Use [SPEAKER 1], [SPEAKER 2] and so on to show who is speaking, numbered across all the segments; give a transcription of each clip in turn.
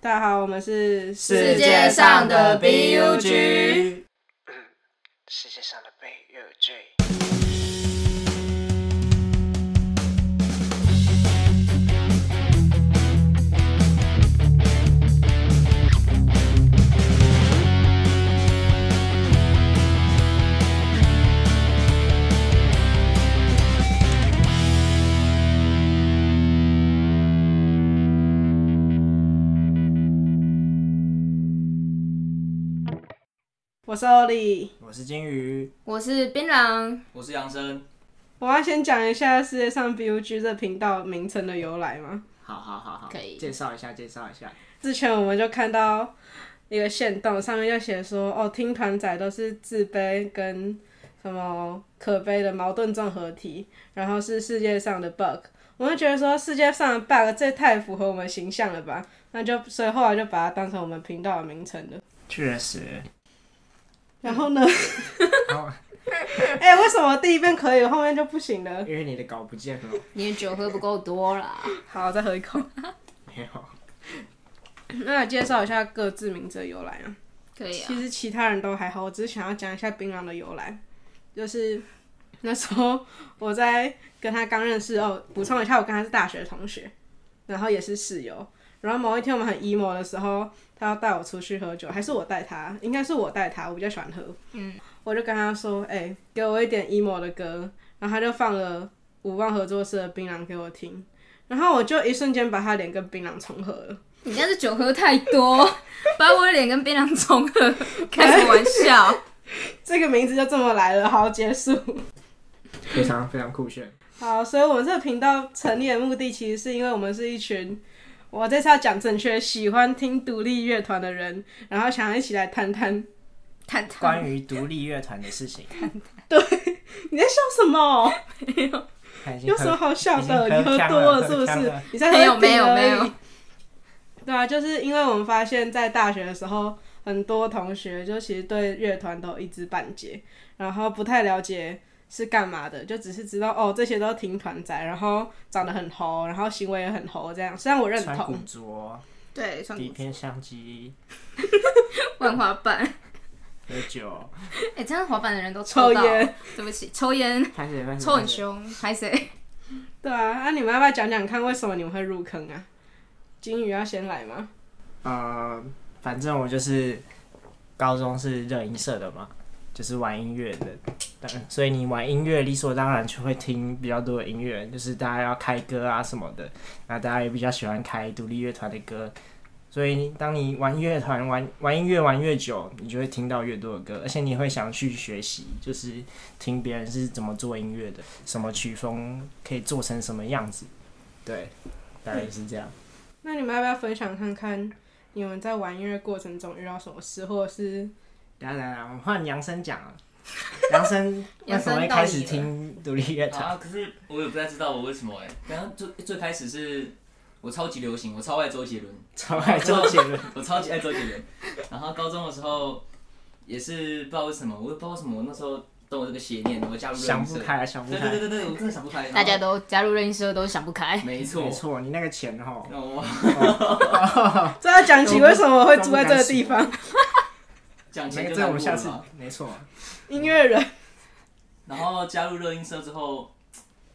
[SPEAKER 1] 大家好，我们是
[SPEAKER 2] 世界上的 BUG。
[SPEAKER 3] 世界上的 BUG。
[SPEAKER 1] 我是欧丽。
[SPEAKER 2] 我是金鱼，
[SPEAKER 4] 我是槟榔，
[SPEAKER 5] 我是杨生，
[SPEAKER 1] 我要先讲一下世界上 BUG 这频道名称的由来嘛。
[SPEAKER 2] 好好好好，
[SPEAKER 4] 可以
[SPEAKER 2] 介绍一下，介绍一下。
[SPEAKER 1] 之前我们就看到一个线动，上面就写说，哦，听团仔都是自卑跟什么可悲的矛盾综合体，然后是世界上的 bug。我就觉得说，世界上的 bug 这太符合我们形象了吧？那就所以后来就把它当成我们频道的名称了。
[SPEAKER 2] 确实，
[SPEAKER 1] 然后呢？
[SPEAKER 2] 好
[SPEAKER 1] 哎、为什么第一遍可以，后面就不行了？
[SPEAKER 2] 因为你的稿不见了，
[SPEAKER 4] 你的酒喝不够多啦。
[SPEAKER 1] 好，再喝一 口。
[SPEAKER 2] 没有。
[SPEAKER 1] 那来介绍一下各自名字的由来啊。
[SPEAKER 4] 可以啊
[SPEAKER 1] 其，实其他人都还好，我只是想要讲一下槟榔的由来，就是那时候我在跟他刚认识哦，补充一下，我跟他是大学同学，然后也是室友。然后某一天我们很 emo 的时候，他要带我出去喝酒，还是我带他？应该是我带他，我比较喜欢喝。
[SPEAKER 4] 嗯，
[SPEAKER 1] 我就跟他说：“哎、给我一点 emo 的歌。”然后他就放了五万合作社的槟榔给我听，然后我就一瞬间把他脸跟槟榔重合了。
[SPEAKER 4] 你那是酒喝太多， 把我的脸跟槟榔重合，开什么玩笑？
[SPEAKER 1] 这个名字就这么来了，好，结束。
[SPEAKER 2] 非常非常酷炫。
[SPEAKER 1] 好，所以我们这个频道成立的目的，其实是因为我们是一群，我这次要讲正确，喜欢听独立乐团的人，然后想要一起来谈 谈。
[SPEAKER 4] 谈谈
[SPEAKER 2] 关于独立乐团的事情，
[SPEAKER 1] 你在笑什么？
[SPEAKER 2] 他已经
[SPEAKER 1] 有什么
[SPEAKER 2] 喝
[SPEAKER 1] 好笑的？
[SPEAKER 2] 已经
[SPEAKER 1] 你
[SPEAKER 2] 喝
[SPEAKER 1] 喝
[SPEAKER 2] 呛
[SPEAKER 1] 多
[SPEAKER 2] 了
[SPEAKER 1] 了是不
[SPEAKER 2] 喝呛
[SPEAKER 1] 是
[SPEAKER 2] 了？
[SPEAKER 1] 你在喝
[SPEAKER 4] 没有
[SPEAKER 1] 饼
[SPEAKER 4] 没有
[SPEAKER 1] 而
[SPEAKER 4] 没
[SPEAKER 1] 已
[SPEAKER 4] 有，
[SPEAKER 1] 对啊，就是因为我们发现，在大学的时候，很多同学就其实对乐团都一知半解，然后不太了解是干嘛的，就只是知道哦，这些都听团仔，然后长得很猴，然后行为也很猴这样。虽然我认
[SPEAKER 2] 穿古
[SPEAKER 1] 同，
[SPEAKER 2] 着，
[SPEAKER 4] 对，穿
[SPEAKER 2] 底片相机，
[SPEAKER 4] 万滑板，
[SPEAKER 2] 喝酒，
[SPEAKER 4] 哎、真的滑板的人都
[SPEAKER 1] 抽
[SPEAKER 4] 到，
[SPEAKER 1] 烟嗯
[SPEAKER 4] 对不起，抽烟
[SPEAKER 2] 开始开始
[SPEAKER 4] 抽很。凶，还谁？
[SPEAKER 1] 对啊，那、你们要不要讲讲看，为什么你们会入坑啊？金鱼要先来吗？
[SPEAKER 2] 呃，反正我就是高中是热音社的嘛，就是玩音乐的，但所以你玩音乐理所当然就会听比较多的音乐，就是大家要开歌啊什么的，那大家也比较喜欢开独立乐团的歌，所以当你玩乐团玩玩音乐玩越久，你就会听到越多的歌，而且你会想去学习，就是听别人是怎么做音乐的，什么曲风可以做成什么样子，对，大概是这样。
[SPEAKER 1] 那你们要不要分享看看，你们在玩音乐过程中遇到什么事，或者是
[SPEAKER 2] 等一下等一下，我们换杨生讲啊。杨生为
[SPEAKER 4] 杨
[SPEAKER 2] 什
[SPEAKER 4] 生
[SPEAKER 2] 么会
[SPEAKER 4] 到
[SPEAKER 2] 开始
[SPEAKER 4] 你了
[SPEAKER 2] 听独立乐团？
[SPEAKER 5] 啊，可是我也不太知道我为什么哎、然后最最开始是我超级流行，我超爱周杰伦，
[SPEAKER 2] 超爱周杰伦，
[SPEAKER 5] 我超级爱周杰伦。然后高中的时候也是不知道为什么，我也不知道为什么，我那时候都有这个邪念，我加入热音
[SPEAKER 2] 想不
[SPEAKER 5] 社。
[SPEAKER 2] 开，想不
[SPEAKER 5] 对对
[SPEAKER 2] 开。
[SPEAKER 5] 对对对，我真的想不开。
[SPEAKER 4] 大家都加入认识社都想不开
[SPEAKER 5] 然后，没
[SPEAKER 2] 没
[SPEAKER 5] 错。
[SPEAKER 2] 错，你那个钱哈，
[SPEAKER 5] 那我
[SPEAKER 1] 这要讲
[SPEAKER 5] 哎
[SPEAKER 1] 起为什么会住在这个地方？
[SPEAKER 5] 讲
[SPEAKER 2] 没
[SPEAKER 5] 钱
[SPEAKER 2] 个
[SPEAKER 5] 就
[SPEAKER 2] 这我
[SPEAKER 5] 难过
[SPEAKER 2] 们下
[SPEAKER 5] 了
[SPEAKER 2] 次
[SPEAKER 5] 嘛。
[SPEAKER 2] 没错。
[SPEAKER 5] 啊
[SPEAKER 1] 音乐人。
[SPEAKER 5] 然后加入热音社之后，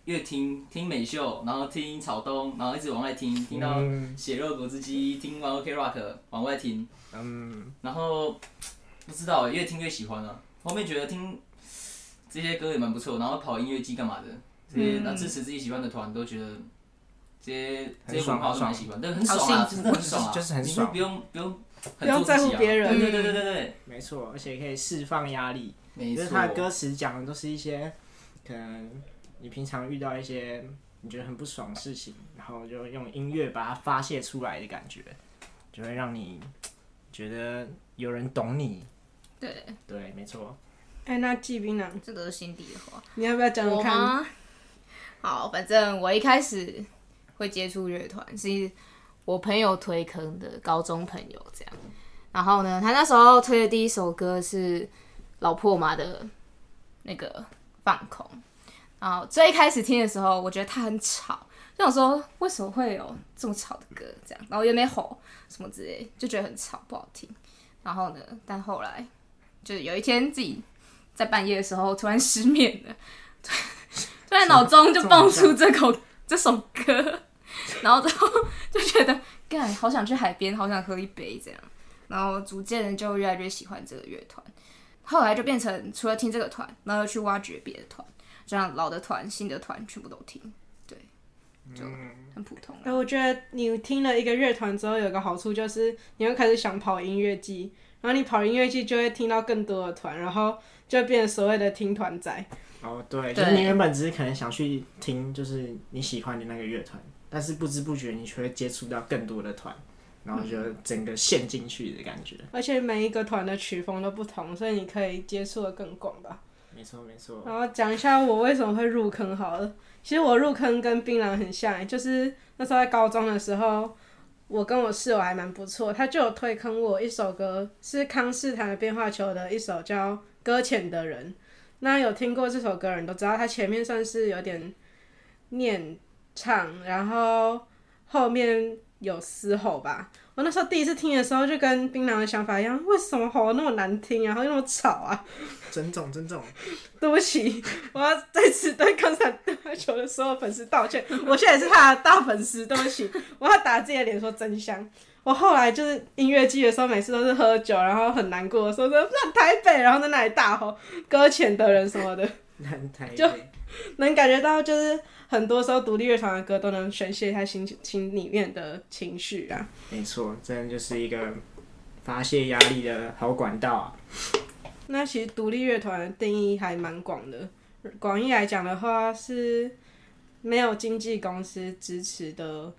[SPEAKER 5] 越听听美秀，然后听草东，然后一直往外听，听到
[SPEAKER 2] 嗯
[SPEAKER 5] 血肉果汁机，听完 OK Rock 往外听，
[SPEAKER 2] 嗯，
[SPEAKER 5] 然后不知道越听越喜欢了、啊后面觉得听这些歌也蛮不错，然后跑音乐季干嘛的，这些
[SPEAKER 1] 嗯
[SPEAKER 5] 那、支持自己喜欢的团都觉得这些这
[SPEAKER 2] 很
[SPEAKER 5] 些
[SPEAKER 2] 爽
[SPEAKER 5] 文化我
[SPEAKER 2] 很
[SPEAKER 5] 都蛮
[SPEAKER 2] 爽
[SPEAKER 5] 喜欢，对，很爽啊，
[SPEAKER 4] 好
[SPEAKER 5] 真
[SPEAKER 4] 幸
[SPEAKER 5] 的很爽 啊，
[SPEAKER 2] 就是就是很
[SPEAKER 5] 你
[SPEAKER 2] 爽
[SPEAKER 5] 不用不用
[SPEAKER 1] 不
[SPEAKER 5] 很
[SPEAKER 1] 用
[SPEAKER 5] 做自己啊
[SPEAKER 1] 在乎别人
[SPEAKER 5] 对对对对对对，
[SPEAKER 2] 没错，而且可以释放压力。
[SPEAKER 5] 没
[SPEAKER 2] 因
[SPEAKER 5] 错
[SPEAKER 2] 为，他的歌词讲的都是一些，可能你平常遇到一些你觉得很不爽的事情，然后就用音乐把它发泄出来的感觉，就会让你觉得有人懂你。
[SPEAKER 4] 对，
[SPEAKER 2] 对，没错。
[SPEAKER 1] 哎、那季槟榔，
[SPEAKER 4] 这都是心底的话。
[SPEAKER 1] 你要不要讲
[SPEAKER 4] 我
[SPEAKER 1] 讲看？
[SPEAKER 4] 吗？好，反正我一开始会接触乐团是我朋友推坑的，高中朋友这样。然后呢，他那时候推的第一首歌是老破马的啊那个放空。然后最一开始听的时候，我觉得他很吵，就想说为什么会有这么吵的歌这样，然后也没吼什么之类，就觉得很吵不好听。然后呢，但后来就有一天自己在半夜的时候突然失眠了，突然脑中就蹦出这口这首歌，然后之后就觉得干好想去海边，好想喝一杯这样，然后逐渐地就越来越喜欢这个乐团。后来就变成除了听这个团，然后又去挖掘别的团，这样老的团、新的团全部都听，对，
[SPEAKER 2] 嗯
[SPEAKER 4] 就很普通啊。
[SPEAKER 1] 哎，我觉得你听了一个乐团之后，有个好处就是你会开始想跑音乐季，然后你跑音乐季就会听到更多的团，然后就会变成所谓的听团仔。
[SPEAKER 2] 哦，对，
[SPEAKER 4] 对
[SPEAKER 2] 就是你原本只是可能想去听，就是你喜欢的那个乐团，但是不知不觉你却会接触到更多的团，然后就
[SPEAKER 1] 嗯
[SPEAKER 2] 整个陷进去的感觉。
[SPEAKER 1] 而且每一个团的曲风都不同，所以你可以接触的更广吧。
[SPEAKER 2] 没错，没错。
[SPEAKER 1] 然后讲一下我为什么会入坑好了。其实我入坑跟槟榔很像欸，就是那时候在高中的时候，我跟我室友还蛮不错，他就有推坑我一首歌，是康斯坦的变化球的一首叫《搁浅的人》。那有听过这首歌的人都知道，它前面算是有点念唱，然后后面有嘶吼吧。我那时候第一次听的时候，就跟槟榔的想法一样，为什么吼得那么难听，然后又那么吵啊？
[SPEAKER 2] 尊重，尊重。
[SPEAKER 1] 对不起，我要在此对康斯坦大球的所有粉丝道歉。我现在也是他的大粉丝，对不起，我要打自己的脸说真香。我后来就是音乐季的时候，每次都是喝酒，然后很难过的时候说那台北，然后在那里大吼搁浅的人什么的，
[SPEAKER 2] 南台
[SPEAKER 1] 就
[SPEAKER 2] 北
[SPEAKER 1] 能感觉到就是很多时候独立乐团的歌都能宣泄一下心心里面的情绪啊。
[SPEAKER 2] 没错，真的就是一个发泄压力的好管道啊。
[SPEAKER 1] 那其实独立乐团的定义还蛮广的，广义来讲的话是没有经纪公司支持的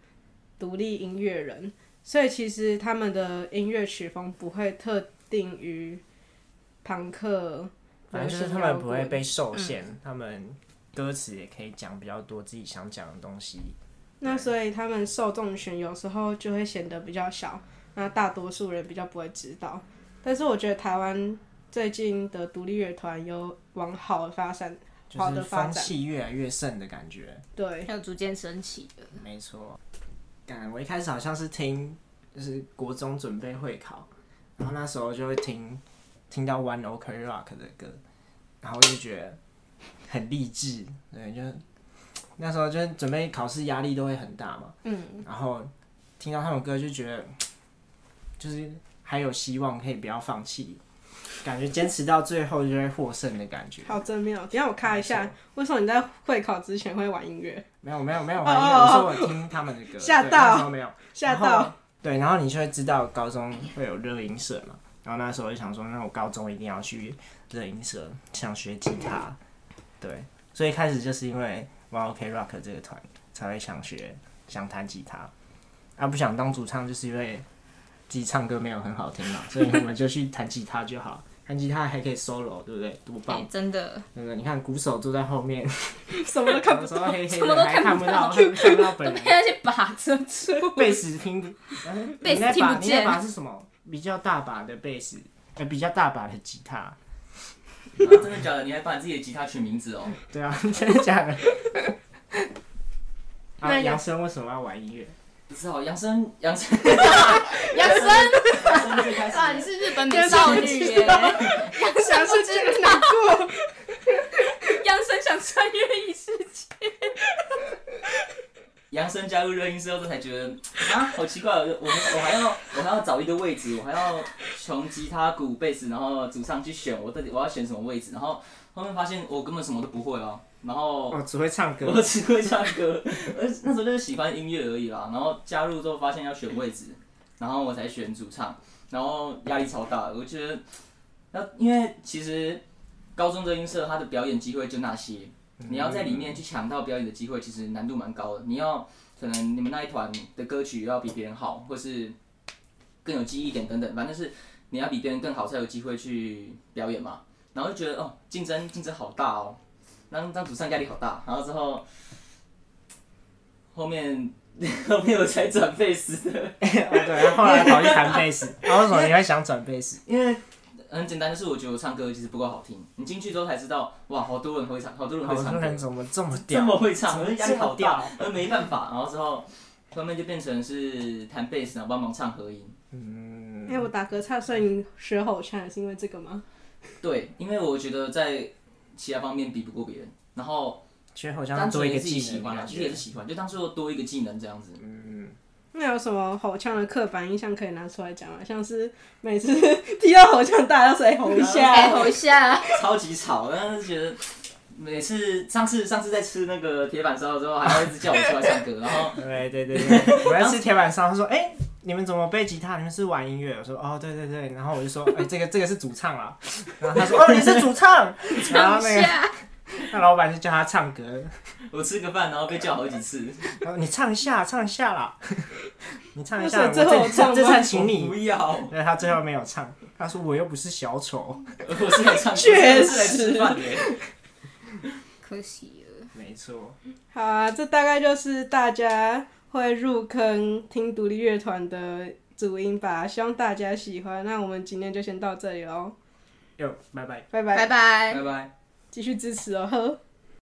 [SPEAKER 1] 独立音乐人，所以其实他们的音乐曲风不会特定于朋克。
[SPEAKER 2] 反正就是他们不会被
[SPEAKER 1] 嗯
[SPEAKER 2] 受限，他们歌词也可以讲比较多自己想讲的东西。
[SPEAKER 1] 那所以他们受众群有时候就会显得比较小，那大多数人比较不会知道。但是我觉得台湾最近的独立乐团有往好的发展，
[SPEAKER 2] 就
[SPEAKER 1] 好
[SPEAKER 2] 是
[SPEAKER 1] 的发
[SPEAKER 2] 风
[SPEAKER 1] 展，
[SPEAKER 2] 气越来越盛的感觉。
[SPEAKER 1] 对，
[SPEAKER 4] 还有逐渐升起的，
[SPEAKER 2] 没错，干我一开始好像是听，就是国中准备会考，然后那时候就会听听到 One Ok Rock 的歌，然后就觉得很励志，对，就是那时候就是准备考试压力都会很大嘛，
[SPEAKER 1] 嗯。
[SPEAKER 2] 然后听到他们歌就觉得，就是还有希望可以不要放弃，感觉坚持到最后就会获胜的感觉。
[SPEAKER 1] 好正面哦！等一下我看一
[SPEAKER 2] 没
[SPEAKER 1] 下，为什么你在会考之前会玩音乐？
[SPEAKER 2] 没有没有没有，
[SPEAKER 1] 哦
[SPEAKER 2] 我说我听他们的 歌，
[SPEAKER 1] 吓
[SPEAKER 2] 对
[SPEAKER 1] 到
[SPEAKER 2] 那时候没有。
[SPEAKER 1] 吓
[SPEAKER 2] 然后
[SPEAKER 1] 到！
[SPEAKER 2] 对，然后你就会知道高中会有热音社嘛。然后那时候就想说，那我高中一定要去热音社，想学吉他。对，所以一开始就是因为 One OK Rock 这个团才会想学，想弹吉他。啊，不想当主唱，就是因为自己唱歌没有很好听嘛，所以我们就去弹吉他就好。弹吉他还可以 solo，对不对？多
[SPEAKER 4] 哎、
[SPEAKER 2] 棒！
[SPEAKER 4] 真的，
[SPEAKER 2] 对不对？你看鼓手坐在后面，
[SPEAKER 1] 什么都看不
[SPEAKER 2] 有时候
[SPEAKER 1] 到，
[SPEAKER 2] 黑黑
[SPEAKER 4] 什么都
[SPEAKER 2] 的，还
[SPEAKER 4] 看
[SPEAKER 2] 看
[SPEAKER 4] 不
[SPEAKER 2] 不
[SPEAKER 4] 到
[SPEAKER 2] 到，看不到本
[SPEAKER 4] 都被
[SPEAKER 2] 人。
[SPEAKER 4] 那些把遮住。
[SPEAKER 2] 贝斯听不，贝
[SPEAKER 4] 贝斯
[SPEAKER 2] 斯
[SPEAKER 4] 听不见
[SPEAKER 2] 你那把是什么？比较大把的贝斯，呃，比较大把的吉他。
[SPEAKER 5] 啊真的假的？你还把你自己的吉他取名字哦？
[SPEAKER 2] 对啊， 真的假的？
[SPEAKER 1] 那
[SPEAKER 2] 啊，
[SPEAKER 1] 有
[SPEAKER 2] 杨生为什么要玩音乐？
[SPEAKER 5] 不知道，杨生，杨生，
[SPEAKER 4] 养生
[SPEAKER 5] 杨生最开始
[SPEAKER 4] 啊，你是日本美少女耶！ 养
[SPEAKER 1] 想
[SPEAKER 4] 生
[SPEAKER 1] 是
[SPEAKER 4] 知
[SPEAKER 1] 这
[SPEAKER 4] 道
[SPEAKER 1] 个难过。
[SPEAKER 4] 养生想穿越异世界，
[SPEAKER 5] 杨生加入热音社后才觉得啊，好奇怪，我我我还要我还要找一个位置，我还要从吉他、鼓、贝斯，然后主唱去选，我到底我要选什么位置？然后后面发现我根本什么都不会哦，然后
[SPEAKER 2] 我只会唱
[SPEAKER 5] 我
[SPEAKER 2] 歌。哦
[SPEAKER 5] 只会唱 歌，而那时候就是喜欢音乐而已啦。然后加入之后发现要选位置，然后我才选主唱，然后压力超大的。我觉得，那因为其实高中热音社它的表演机会就那些，
[SPEAKER 2] 嗯
[SPEAKER 5] 你要在里面去抢到表演的机会，其实难度蛮高的。你要可能你们那一团的歌曲要比别人好，或是更有记忆点等等，反正是你要比别人更好才有机会去表演嘛。然后就觉得哦，竞争竞争好大哦，当当主唱压力好大。然后之后后面后面我才转贝斯的，
[SPEAKER 2] 哦对，然后后来跑去弹贝斯。然后为什么你会想转贝斯？因为
[SPEAKER 5] 很简单，就是我觉得我唱歌其实不够好听。你进去之后才知道，哇，好多人会唱，好多人
[SPEAKER 2] 好
[SPEAKER 5] 会唱
[SPEAKER 2] 多
[SPEAKER 5] 歌
[SPEAKER 2] 人，怎么这么
[SPEAKER 5] 这
[SPEAKER 2] 屌？
[SPEAKER 5] 么会唱，我就压力好
[SPEAKER 2] 这么
[SPEAKER 5] 大，那没办法。然后之后后面就变成是弹贝斯，然后帮忙唱和音。
[SPEAKER 2] 嗯，
[SPEAKER 1] 哎、我打歌唱，所以你学吼唱是因为这个吗？
[SPEAKER 5] 对，因为我觉得在其他方面比不过别人，然后
[SPEAKER 2] 觉得好像
[SPEAKER 5] 单
[SPEAKER 2] 多
[SPEAKER 5] 纯
[SPEAKER 2] 一
[SPEAKER 5] 也
[SPEAKER 2] 个
[SPEAKER 5] 是自己
[SPEAKER 2] 技
[SPEAKER 5] 喜
[SPEAKER 2] 能
[SPEAKER 5] 欢
[SPEAKER 2] 的
[SPEAKER 5] 啊，
[SPEAKER 2] 感
[SPEAKER 5] 其实也
[SPEAKER 2] 觉
[SPEAKER 5] 是。喜欢，就当做多一个技能这样子。
[SPEAKER 1] 那有什么吼腔的刻板印象可以拿出来讲吗？像是每次 提到吼腔，大家都说哎吼一
[SPEAKER 4] 哎，
[SPEAKER 1] 下，
[SPEAKER 4] 吼一下，
[SPEAKER 5] 超级吵，但是觉得每次上次上次在吃那个铁板烧的时候，还会一直叫我出来唱歌，然后
[SPEAKER 2] 对对对对，我在吃铁板烧，他说：“哎、你们怎么背吉他？你们是玩音乐？”我说：“哦，对对对。”然后我就说：“哎、这个这个是主唱啦。”然后他说：“哦，你是主唱。”然后那
[SPEAKER 4] 一
[SPEAKER 2] 个
[SPEAKER 4] 下，
[SPEAKER 2] 那老板就叫他唱歌，
[SPEAKER 5] 我吃个饭，然后被叫好几次，
[SPEAKER 2] 然后你唱一下，唱一下啦， 你唱一下，
[SPEAKER 1] 那
[SPEAKER 2] 我
[SPEAKER 1] 所以最后
[SPEAKER 2] 这
[SPEAKER 1] 有唱
[SPEAKER 2] 这
[SPEAKER 1] 吗
[SPEAKER 2] 这餐请
[SPEAKER 5] 我不
[SPEAKER 2] 你。
[SPEAKER 5] 要，
[SPEAKER 2] 对他最后没有唱，他说：“我又不是小丑。
[SPEAKER 5] 我是来唱歌，
[SPEAKER 1] 确
[SPEAKER 5] 我
[SPEAKER 1] 实
[SPEAKER 5] 是来吃 饭的。
[SPEAKER 4] 可惜了。”
[SPEAKER 2] 没错，
[SPEAKER 1] 好啊，这大概就是大家会入坑听独立乐团的主因吧，希望大家喜欢。那我们今天就先到这里喽，
[SPEAKER 2] 又拜拜。
[SPEAKER 1] 拜拜，
[SPEAKER 4] 拜拜。
[SPEAKER 5] 拜拜。
[SPEAKER 1] 继续支持哦，呵。